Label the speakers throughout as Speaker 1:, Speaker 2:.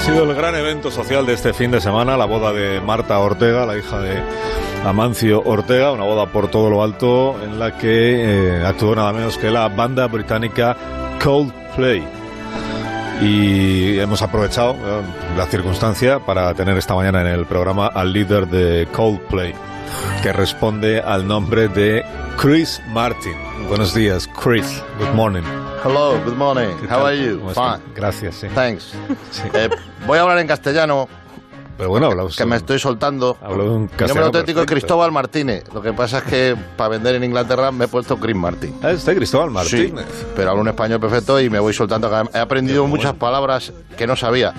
Speaker 1: sido el gran evento social de este fin de semana, la boda de Marta Ortega, la hija de Amancio Ortega, una boda por todo lo alto en la que eh, actuó nada menos que la banda británica Coldplay. Y hemos aprovechado eh, la circunstancia para tener esta mañana en el programa al líder de Coldplay, que responde al nombre de Chris Martin. Buenos días, Chris. Good morning.
Speaker 2: Hello, good morning.
Speaker 1: ¿Qué
Speaker 2: How
Speaker 1: tal?
Speaker 2: are you?
Speaker 1: ¿Cómo está?
Speaker 2: Fine.
Speaker 1: Gracias, sí.
Speaker 2: Thanks.
Speaker 1: Sí.
Speaker 2: Eh, voy a hablar en castellano,
Speaker 1: Pero bueno, habla usted.
Speaker 2: que me estoy soltando.
Speaker 1: Hablo de un
Speaker 2: Mi
Speaker 1: castellano
Speaker 2: nombre auténtico es
Speaker 1: perfecto.
Speaker 2: Cristóbal Martínez. Lo que pasa es que para vender en Inglaterra me he puesto Chris Martin.
Speaker 1: Ah, usted, Cristóbal Martínez.
Speaker 2: Sí, pero hablo un español perfecto y me voy soltando. que He aprendido muchas palabras que no sabía.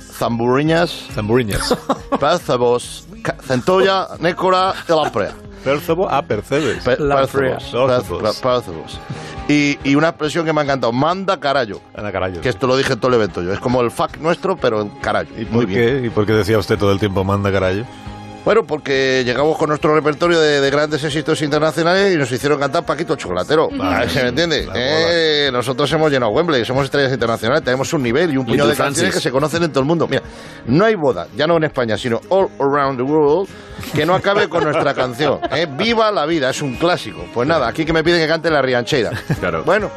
Speaker 2: Zamburiñas,
Speaker 1: Zamburiñas.
Speaker 2: percebos, ca- centolla, nécora, telaprea.
Speaker 1: Percebo, ah, percebes.
Speaker 2: Pe-
Speaker 3: La frea.
Speaker 2: Percebos. perce- percebos. Y, y una expresión que me ha encantado. Manda carayo.
Speaker 1: Ana Carallo.
Speaker 2: Que esto lo dije en todo el evento yo. Es como el fuck nuestro, pero en carayo.
Speaker 1: ¿Y por
Speaker 2: Muy bien.
Speaker 1: qué? ¿Y por qué decía usted todo el tiempo manda Carallo?
Speaker 2: Bueno, porque llegamos con nuestro repertorio de, de grandes éxitos internacionales y nos hicieron cantar Paquito el Chocolatero.
Speaker 1: Vale.
Speaker 2: A ver si me entiende?
Speaker 1: La
Speaker 2: Eh, nosotros hemos llenado Wembley, somos estrellas internacionales, tenemos un nivel y un puñado
Speaker 3: tú,
Speaker 2: de canciones
Speaker 3: Francis.
Speaker 2: que se conocen en todo el mundo. Mira, no hay boda, ya no en España, sino all around the world, que no acabe con nuestra canción. eh. Viva la vida, es un clásico. Pues nada, aquí que me piden que cante la Riancheira.
Speaker 3: Claro.
Speaker 2: Bueno.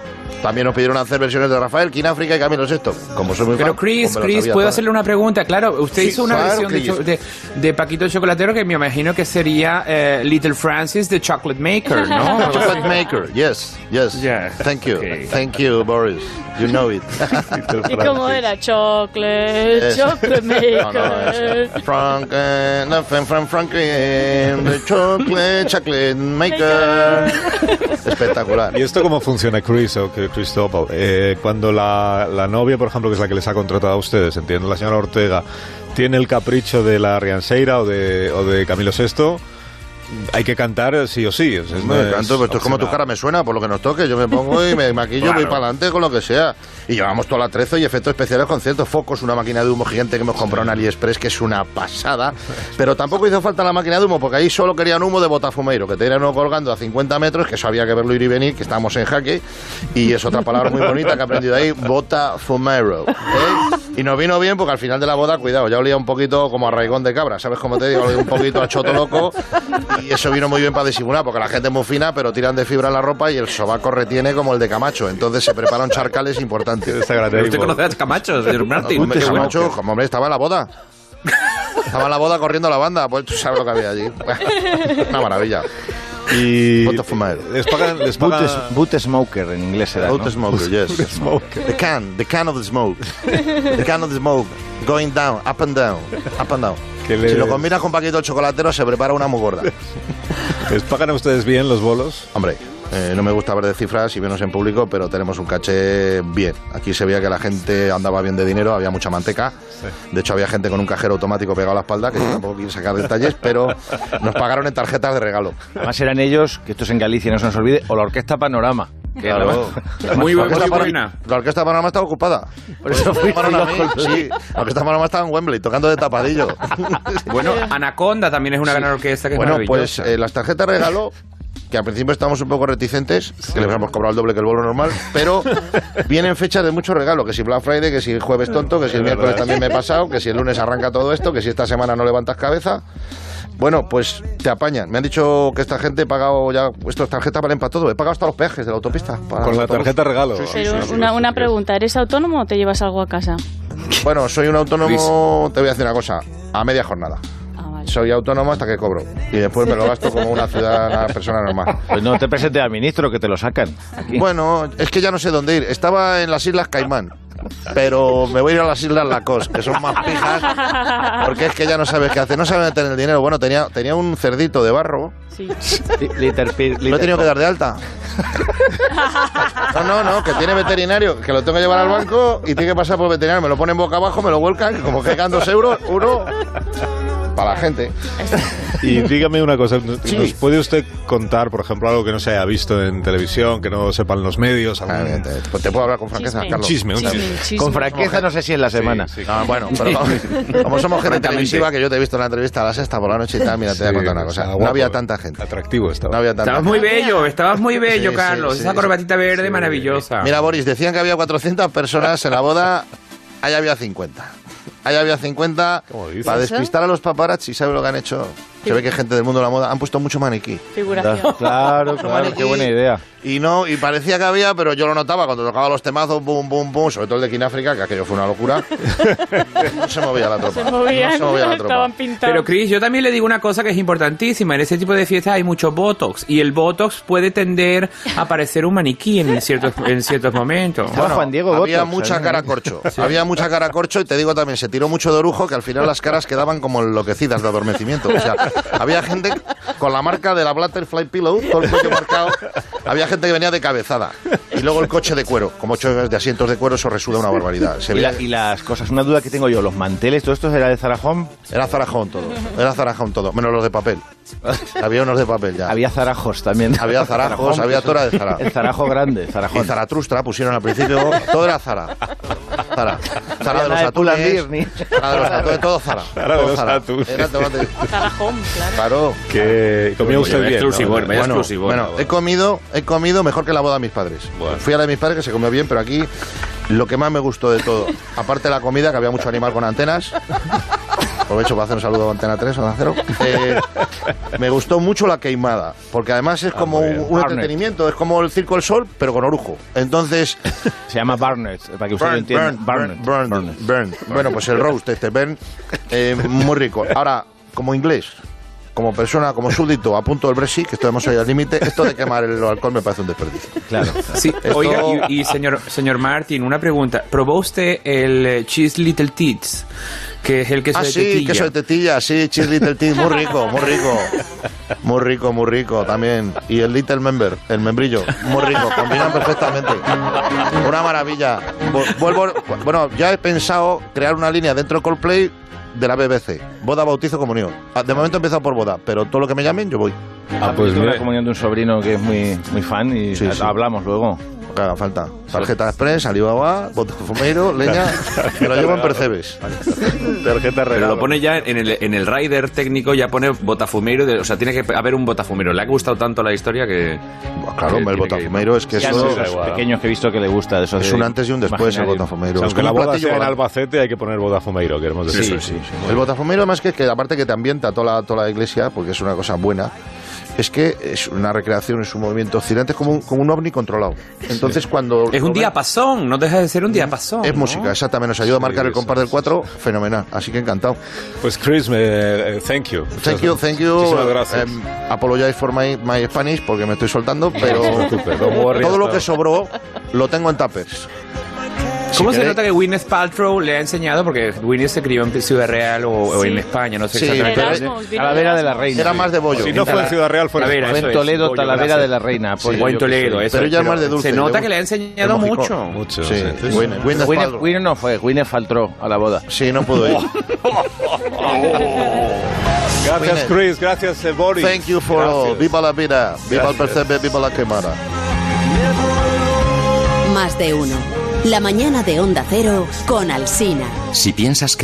Speaker 2: También nos pidieron hacer versiones de Rafael, Kináfrica y Camilo Sexto. Como soy muy
Speaker 4: Pero
Speaker 2: fan,
Speaker 4: Chris,
Speaker 2: pues me lo
Speaker 4: Chris,
Speaker 2: sabía
Speaker 4: ¿puedo
Speaker 2: todo.
Speaker 4: hacerle una pregunta? Claro, usted
Speaker 2: Sí,
Speaker 4: hizo una
Speaker 2: claro,
Speaker 4: versión de,
Speaker 2: Chris.
Speaker 4: cho- de, de Paquito el Chocolatero que me imagino que sería eh, Little Francis de Chocolate Maker,
Speaker 5: Oh,
Speaker 4: ¿no?
Speaker 2: No, chocolate maker. Yes, yes.
Speaker 3: Yeah.
Speaker 2: Thank you.
Speaker 3: Okay.
Speaker 2: Thank you, Boris. You know it.
Speaker 6: ¿Y cómo era? Chocolate,
Speaker 2: Yes.
Speaker 6: chocolate
Speaker 2: No, no,
Speaker 6: maker.
Speaker 2: es- Frank, eh, nothing from Franklin, the chocolate, chocolate maker. Espectacular.
Speaker 1: ¿Y esto cómo funciona, Chris o que- Cristóbal? Eh, cuando la, la novia, por ejemplo, que es la que les ha contratado a ustedes, entiendo, la señora Ortega, tiene el capricho de la Rianseira o de, o de Camilo VI, hay que cantar eh, sí o sí. o sea, no
Speaker 2: Hombre,
Speaker 1: es
Speaker 2: tanto, pues esto es como tu
Speaker 1: opcional.
Speaker 2: cara me suena, por lo que nos toque. Yo me pongo y me maquillo, voy para adelante con lo que sea. Y llevamos todo el atrezo y efectos especiales, conciertos, focos, una máquina de humo gigante que hemos comprado en AliExpress, que es una pasada. Pero tampoco hizo falta la máquina de humo, porque ahí solo querían humo de botafumeiro, que te iban colgando a 50 metros, que eso había que verlo ir y venir, que estábamos en jaque. Y es otra palabra muy bonita que he aprendido ahí, botafumeiro. ¿eh? Y nos vino bien porque al final de la boda, cuidado, ya olía un poquito como a raigón de cabra, ¿sabes cómo te digo? Olía un poquito a choto loco. Y eso vino muy bien para disimular, porque la gente es muy fina, pero tiran de fibra la ropa y el sobaco retiene como el de Camacho. Entonces se preparan charcales importantes.
Speaker 1: Esta cara de
Speaker 3: Usted
Speaker 1: Abel.
Speaker 3: conoce a Camacho, señor Martín.
Speaker 2: Hombre,
Speaker 3: Qué bueno.
Speaker 2: Camacho, como hombre, estaba en la boda. Estaba en la boda corriendo la banda, pues tú sabes lo que había allí. Una maravilla.
Speaker 1: Y
Speaker 2: What the fuck?
Speaker 1: les pagan, les
Speaker 5: Boot,
Speaker 1: pagan-
Speaker 5: es- boot smoker en inglés será,
Speaker 2: Out
Speaker 5: ¿no?
Speaker 2: the smoker, yes. The can, the can of the smoke. The can of the smoke. Going down, up and down, up and down.
Speaker 1: Que
Speaker 2: Si lo
Speaker 1: les-
Speaker 2: combinas con Paquito el Chocolatero, se prepara una muy gorda.
Speaker 1: les pagan a ustedes bien los bolos.
Speaker 2: Hombre, eh, no me gusta hablar de cifras y menos en público, pero tenemos un caché bien. Aquí se veía que la gente andaba bien de dinero, había mucha manteca. De hecho, había gente con un cajero automático pegado a la espalda, que yo tampoco quiero sacar detalles, pero nos pagaron en tarjetas de regalo.
Speaker 5: Además eran ellos, que esto es en Galicia, no se nos olvide, o la Orquesta Panorama. que era
Speaker 3: Muy
Speaker 2: La
Speaker 3: bu-
Speaker 2: orquesta
Speaker 3: muy
Speaker 2: Panor-
Speaker 3: buena.
Speaker 2: La orquesta Panorama estaba ocupada.
Speaker 5: Por eso fui
Speaker 2: Panorama,
Speaker 5: yo con-
Speaker 2: sí. La orquesta Panorama estaba en Wembley, tocando de tapadillo.
Speaker 4: Bueno, Anaconda también es una gran orquesta que es
Speaker 2: bueno, pues
Speaker 4: maravillosa.
Speaker 2: eh, las tarjetas de regalo, que al principio estábamos un poco reticentes, que les hemos cobrado el doble que el bolo normal, pero vienen fechas de muchos regalos, que si Black Friday, que si el jueves tonto, que si el miércoles también me he pasado, que si el lunes arranca todo esto, que si esta semana no levantas cabeza. Bueno, pues te apañan. Me han dicho que esta gente ha pagado ya. Estas tarjetas valen para todo. He pagado hasta los peajes de la autopista.
Speaker 1: Con
Speaker 2: para Ah, los
Speaker 1: la
Speaker 2: autobuses.
Speaker 1: tarjeta regalo.
Speaker 6: Pero una, una pregunta, ¿eres autónomo o te llevas algo a casa?
Speaker 2: Bueno, soy un autónomo. Te voy a decir una cosa. A media jornada.
Speaker 6: Ah, vale.
Speaker 2: Soy autónomo hasta que cobro. Y después me lo gasto como una ciudadana persona normal.
Speaker 5: Pues no te presentes al ministro, que te lo sacan.
Speaker 2: Bueno, es que ya no sé dónde ir. Estaba en las Islas Caimán, pero me voy a ir a las Islas Lacoste, que son más pijas, porque es que ya no sabes qué hacer, no sabes tener el dinero. Bueno, tenía, tenía un cerdito de barro,
Speaker 6: Sí.
Speaker 5: Li- Liter, pi-
Speaker 2: lo he
Speaker 5: liter-
Speaker 2: tenido que dar de alta. No, no, no, que tiene veterinario, que lo tengo que llevar al banco y tiene que pasar por veterinario. Me lo ponen boca abajo, me lo vuelcan, y como que quedan dos euros, uno para la gente.
Speaker 1: Y dígame una cosa, ¿nos
Speaker 2: Sí.
Speaker 1: nos puede usted contar, por ejemplo, algo que no se haya visto en televisión, que no sepan los medios? algún-
Speaker 2: Ah, Te, pues te- te puedo hablar con franqueza,
Speaker 6: Chisme.
Speaker 2: Carlos.
Speaker 1: Chisme, un
Speaker 6: Chisme,
Speaker 1: chisme.
Speaker 6: chisme.
Speaker 5: Con franqueza no sé si en la semana.
Speaker 1: Sí, sí.
Speaker 2: No, bueno, pero como, como somos gente televisiva, que yo te he visto en la entrevista a las sexta por la noche y tal, mira, te voy a contar una
Speaker 1: Sí,
Speaker 2: cosa.
Speaker 1: estaba
Speaker 2: No
Speaker 1: guapo,
Speaker 2: había tanta gente.
Speaker 1: Atractivo estaba.
Speaker 2: No había tanta
Speaker 4: Estabas muy bello, estabas muy bello,
Speaker 2: Sí, sí,
Speaker 4: Carlos.
Speaker 2: sí,
Speaker 4: Esa
Speaker 2: sí.
Speaker 4: corbatita verde maravillosa.
Speaker 2: Mira, Boris, decían que había 400 personas en la boda, ahí había 50. Ahí había 50.
Speaker 1: ¿Cómo dices?
Speaker 2: Para despistar a los paparazzi, ¿sabes lo que han hecho?
Speaker 6: Sí.
Speaker 2: Se ve que gente del mundo de la moda han puesto mucho maniquí.
Speaker 6: Figuración.
Speaker 5: Claro,
Speaker 2: Mucho
Speaker 5: claro, qué
Speaker 2: maniquí.
Speaker 5: buena idea.
Speaker 2: Y no, y parecía que había, pero yo lo notaba cuando tocaba los temazos, boom, boom, boom, sobre todo el de Kináfrica, que aquello fue una locura. no se movía la tropa.
Speaker 6: Se movían,
Speaker 2: no se movía la tropa.
Speaker 6: estaban pintados.
Speaker 4: Pero Chris, yo también le digo una cosa que es importantísima. En ese tipo de fiestas hay mucho botox y el botox puede tender a parecer un maniquí en ciertos, en ciertos momentos.
Speaker 5: Estaba Juan Diego
Speaker 2: había
Speaker 5: Botox,
Speaker 2: mucha
Speaker 5: ¿sabes?
Speaker 2: cara corcho. Había mucha cara corcho y te digo también, se tiró mucho de orujo que al final las caras quedaban como enloquecidas de adormecimiento. O sea, había gente con la marca de la Butterfly Pillow, todo el cuello marcado. Había gente que venía de cabezada. Y luego el coche de cuero. Como ocho de asientos de cuero, eso resulta una barbaridad. Se
Speaker 5: Y, la-
Speaker 2: veía-
Speaker 5: y las cosas, una duda que tengo yo, los manteles, todo esto era de Zara Home?
Speaker 2: Era zarajón todo. Era zarajón todo. Menos los de papel. Había unos de papel ya.
Speaker 5: Había zarajos también.
Speaker 2: Ah. Había zarajos,
Speaker 5: Zarajón,
Speaker 2: había
Speaker 5: eso.
Speaker 2: tora de zara.
Speaker 5: El zarajo grande,
Speaker 2: Y
Speaker 5: zarajón.
Speaker 2: Zaratustra pusieron al principio. Todo era Zara. Zara. Zara de los
Speaker 5: Nada de
Speaker 2: atunes.
Speaker 5: Pull&Bear, ni-
Speaker 2: Zara de los atunes. Todo Zara.
Speaker 1: Zara de
Speaker 2: todo
Speaker 1: los atunes.
Speaker 2: Era todo de-
Speaker 6: Tarajón, claro.
Speaker 2: Claro.
Speaker 1: Que comía usted bien.
Speaker 3: exclusivo,
Speaker 1: ¿no?
Speaker 3: hermano. Vaya exclusivo,
Speaker 2: bueno,
Speaker 3: bravo.
Speaker 2: he comido, he comido mejor que la boda de mis padres.
Speaker 1: Bueno.
Speaker 2: Fui a la de mis padres que se comió bien, pero aquí lo que más me gustó de todo, aparte de la comida, que había mucho animal con antenas. Aprovecho para hacer un saludo a Antena 3 o a Antena 0. Eh, me gustó mucho la queimada, porque además es como
Speaker 1: muy
Speaker 2: un,
Speaker 1: bien.
Speaker 2: un
Speaker 5: Arnett.
Speaker 2: entretenimiento, es como el Circo del Sol, pero con orujo. Entonces,
Speaker 5: Se llama Barnett, para que usted lo
Speaker 2: Burn,
Speaker 5: entienda.
Speaker 2: burn,
Speaker 5: Barnett.
Speaker 2: burn, burn,
Speaker 5: Barnett.
Speaker 2: burn. Bueno, pues el roast este, burn, eh, muy rico. Ahora, como inglés, como persona, como súbdito, a punto del Brexit, que estamos ahí al límite, esto de quemar el alcohol me parece un desperdicio.
Speaker 5: Claro.
Speaker 4: Sí,
Speaker 2: Esto-
Speaker 4: oiga, y, y señor, señor Martin, una pregunta. ¿Probó usted el eh, cheese little tits? Que es el queso
Speaker 2: ah,
Speaker 4: de
Speaker 2: sí,
Speaker 4: tetilla.
Speaker 2: queso de tetilla, sí, cheese little tea, muy rico, muy rico. Muy rico, muy rico también. Y el little member, el membrillo, muy rico, combinan perfectamente. Una maravilla. Vu- Vuelvo, bueno, ya he pensado crear una línea dentro de Coldplay de la BBC. Boda, bautizo, comunión. Ah, De momento he empezado por boda, pero todo lo que me llamen yo voy.
Speaker 1: Ah, pues
Speaker 5: Tuve
Speaker 1: mira.
Speaker 5: la
Speaker 3: eh.
Speaker 5: comunión de un sobrino que es muy, muy fan y
Speaker 2: Sí, sí.
Speaker 5: hablamos luego.
Speaker 2: Lo que haga falta. Tarjeta Express, Alibaba, Botafumeiro, leña. Me lo llevo en Percebes.
Speaker 1: Tarjeta
Speaker 3: Pero
Speaker 1: regalo.
Speaker 3: lo pone ya en el, en el rider técnico, ya pone botafumero. de- o sea, tiene que haber un botafumero. Le ha gustado tanto la historia que.
Speaker 2: Buah, Claro, hombre,
Speaker 3: Tiene
Speaker 2: el
Speaker 3: que ir.
Speaker 2: Botafumeiro es que
Speaker 5: Ya
Speaker 2: eso
Speaker 5: de
Speaker 1: da
Speaker 5: esos
Speaker 1: igual.
Speaker 5: pequeños que he visto que le gusta. de esos
Speaker 2: es
Speaker 5: de-
Speaker 2: un antes y un después el
Speaker 5: imaginario.
Speaker 1: O sea,
Speaker 2: Botafumeiro. Es
Speaker 1: aunque
Speaker 2: como
Speaker 1: la
Speaker 2: un
Speaker 1: boda
Speaker 2: platillo
Speaker 1: sea en
Speaker 2: volante.
Speaker 1: Albacete, hay que poner Bodafumeiro, queremos decir.
Speaker 3: Sí, sí, sí.
Speaker 2: El Botafumeiro, más que, que aparte que te ambienta toda la, toda la iglesia, porque es una cosa buena, es que es una recreación, es un movimiento oscilante, es como un, como un ovni controlado. Entonces, cuando.
Speaker 4: Es un diapasón, no deja de ser un diapasón.
Speaker 2: Mm, Es
Speaker 4: ¿no?
Speaker 2: música, exactamente. Nos ayuda a marcar el
Speaker 1: sí,
Speaker 2: compás del 4, fenomenal. Así que encantado.
Speaker 1: Pues Chris, me- eh, thank you.
Speaker 2: Thank you, thank you.
Speaker 1: Muchísimas gracias.
Speaker 2: Em, apologize for my, my Spanish porque me estoy soltando, pero
Speaker 1: No te preocupes, don't worry
Speaker 2: todo lo
Speaker 1: about
Speaker 2: que
Speaker 1: it.
Speaker 2: sobró lo tengo en tuppers.
Speaker 4: ¿Cómo
Speaker 2: Si
Speaker 4: se
Speaker 2: queréis-
Speaker 4: nota que Gwyneth Paltrow le ha enseñado? Porque Gwyneth se crió en Ciudad Real o, o en
Speaker 6: Sí.
Speaker 4: España, no sé
Speaker 2: Sí,
Speaker 4: exactamente.
Speaker 2: pero-
Speaker 4: dónde.
Speaker 6: Erasmus, vino
Speaker 5: A la vera de la
Speaker 6: Erasmus.
Speaker 5: reina.
Speaker 2: Era más de bollo.
Speaker 1: Si no fue en Ciudad Real, fue en
Speaker 4: A ver,
Speaker 1: España.
Speaker 4: eso
Speaker 5: Fue en
Speaker 4: es,
Speaker 5: Toledo,
Speaker 4: bollo,
Speaker 5: Talavera
Speaker 4: gracias.
Speaker 5: de la Reina.
Speaker 4: Sí,
Speaker 5: apoyo,
Speaker 4: o en
Speaker 5: yo que
Speaker 4: Toledo,
Speaker 5: soy.
Speaker 4: eso
Speaker 2: Pero
Speaker 4: es,
Speaker 2: ya más de dulce,
Speaker 4: Se nota
Speaker 2: yo-
Speaker 4: que le ha enseñado
Speaker 2: Hemos
Speaker 4: mucho.
Speaker 2: picado.
Speaker 1: Mucho.
Speaker 2: Sí,
Speaker 1: sí.
Speaker 2: Gwyneth- Gwyneth
Speaker 5: Gwyneth,
Speaker 2: Paltrow.
Speaker 5: Gwyneth no fue, Gwyneth faltó a la boda.
Speaker 2: Sí, no pudo ir.
Speaker 1: Gracias, Chris. Gracias, eh, Boris.
Speaker 2: Thank you for all.
Speaker 1: Gracias.
Speaker 2: Viva la vida. Viva el
Speaker 1: Gracias.
Speaker 2: percebe, viva la quemada.
Speaker 7: Más de uno. La mañana de Onda Cero con Alsina.
Speaker 8: Si piensas que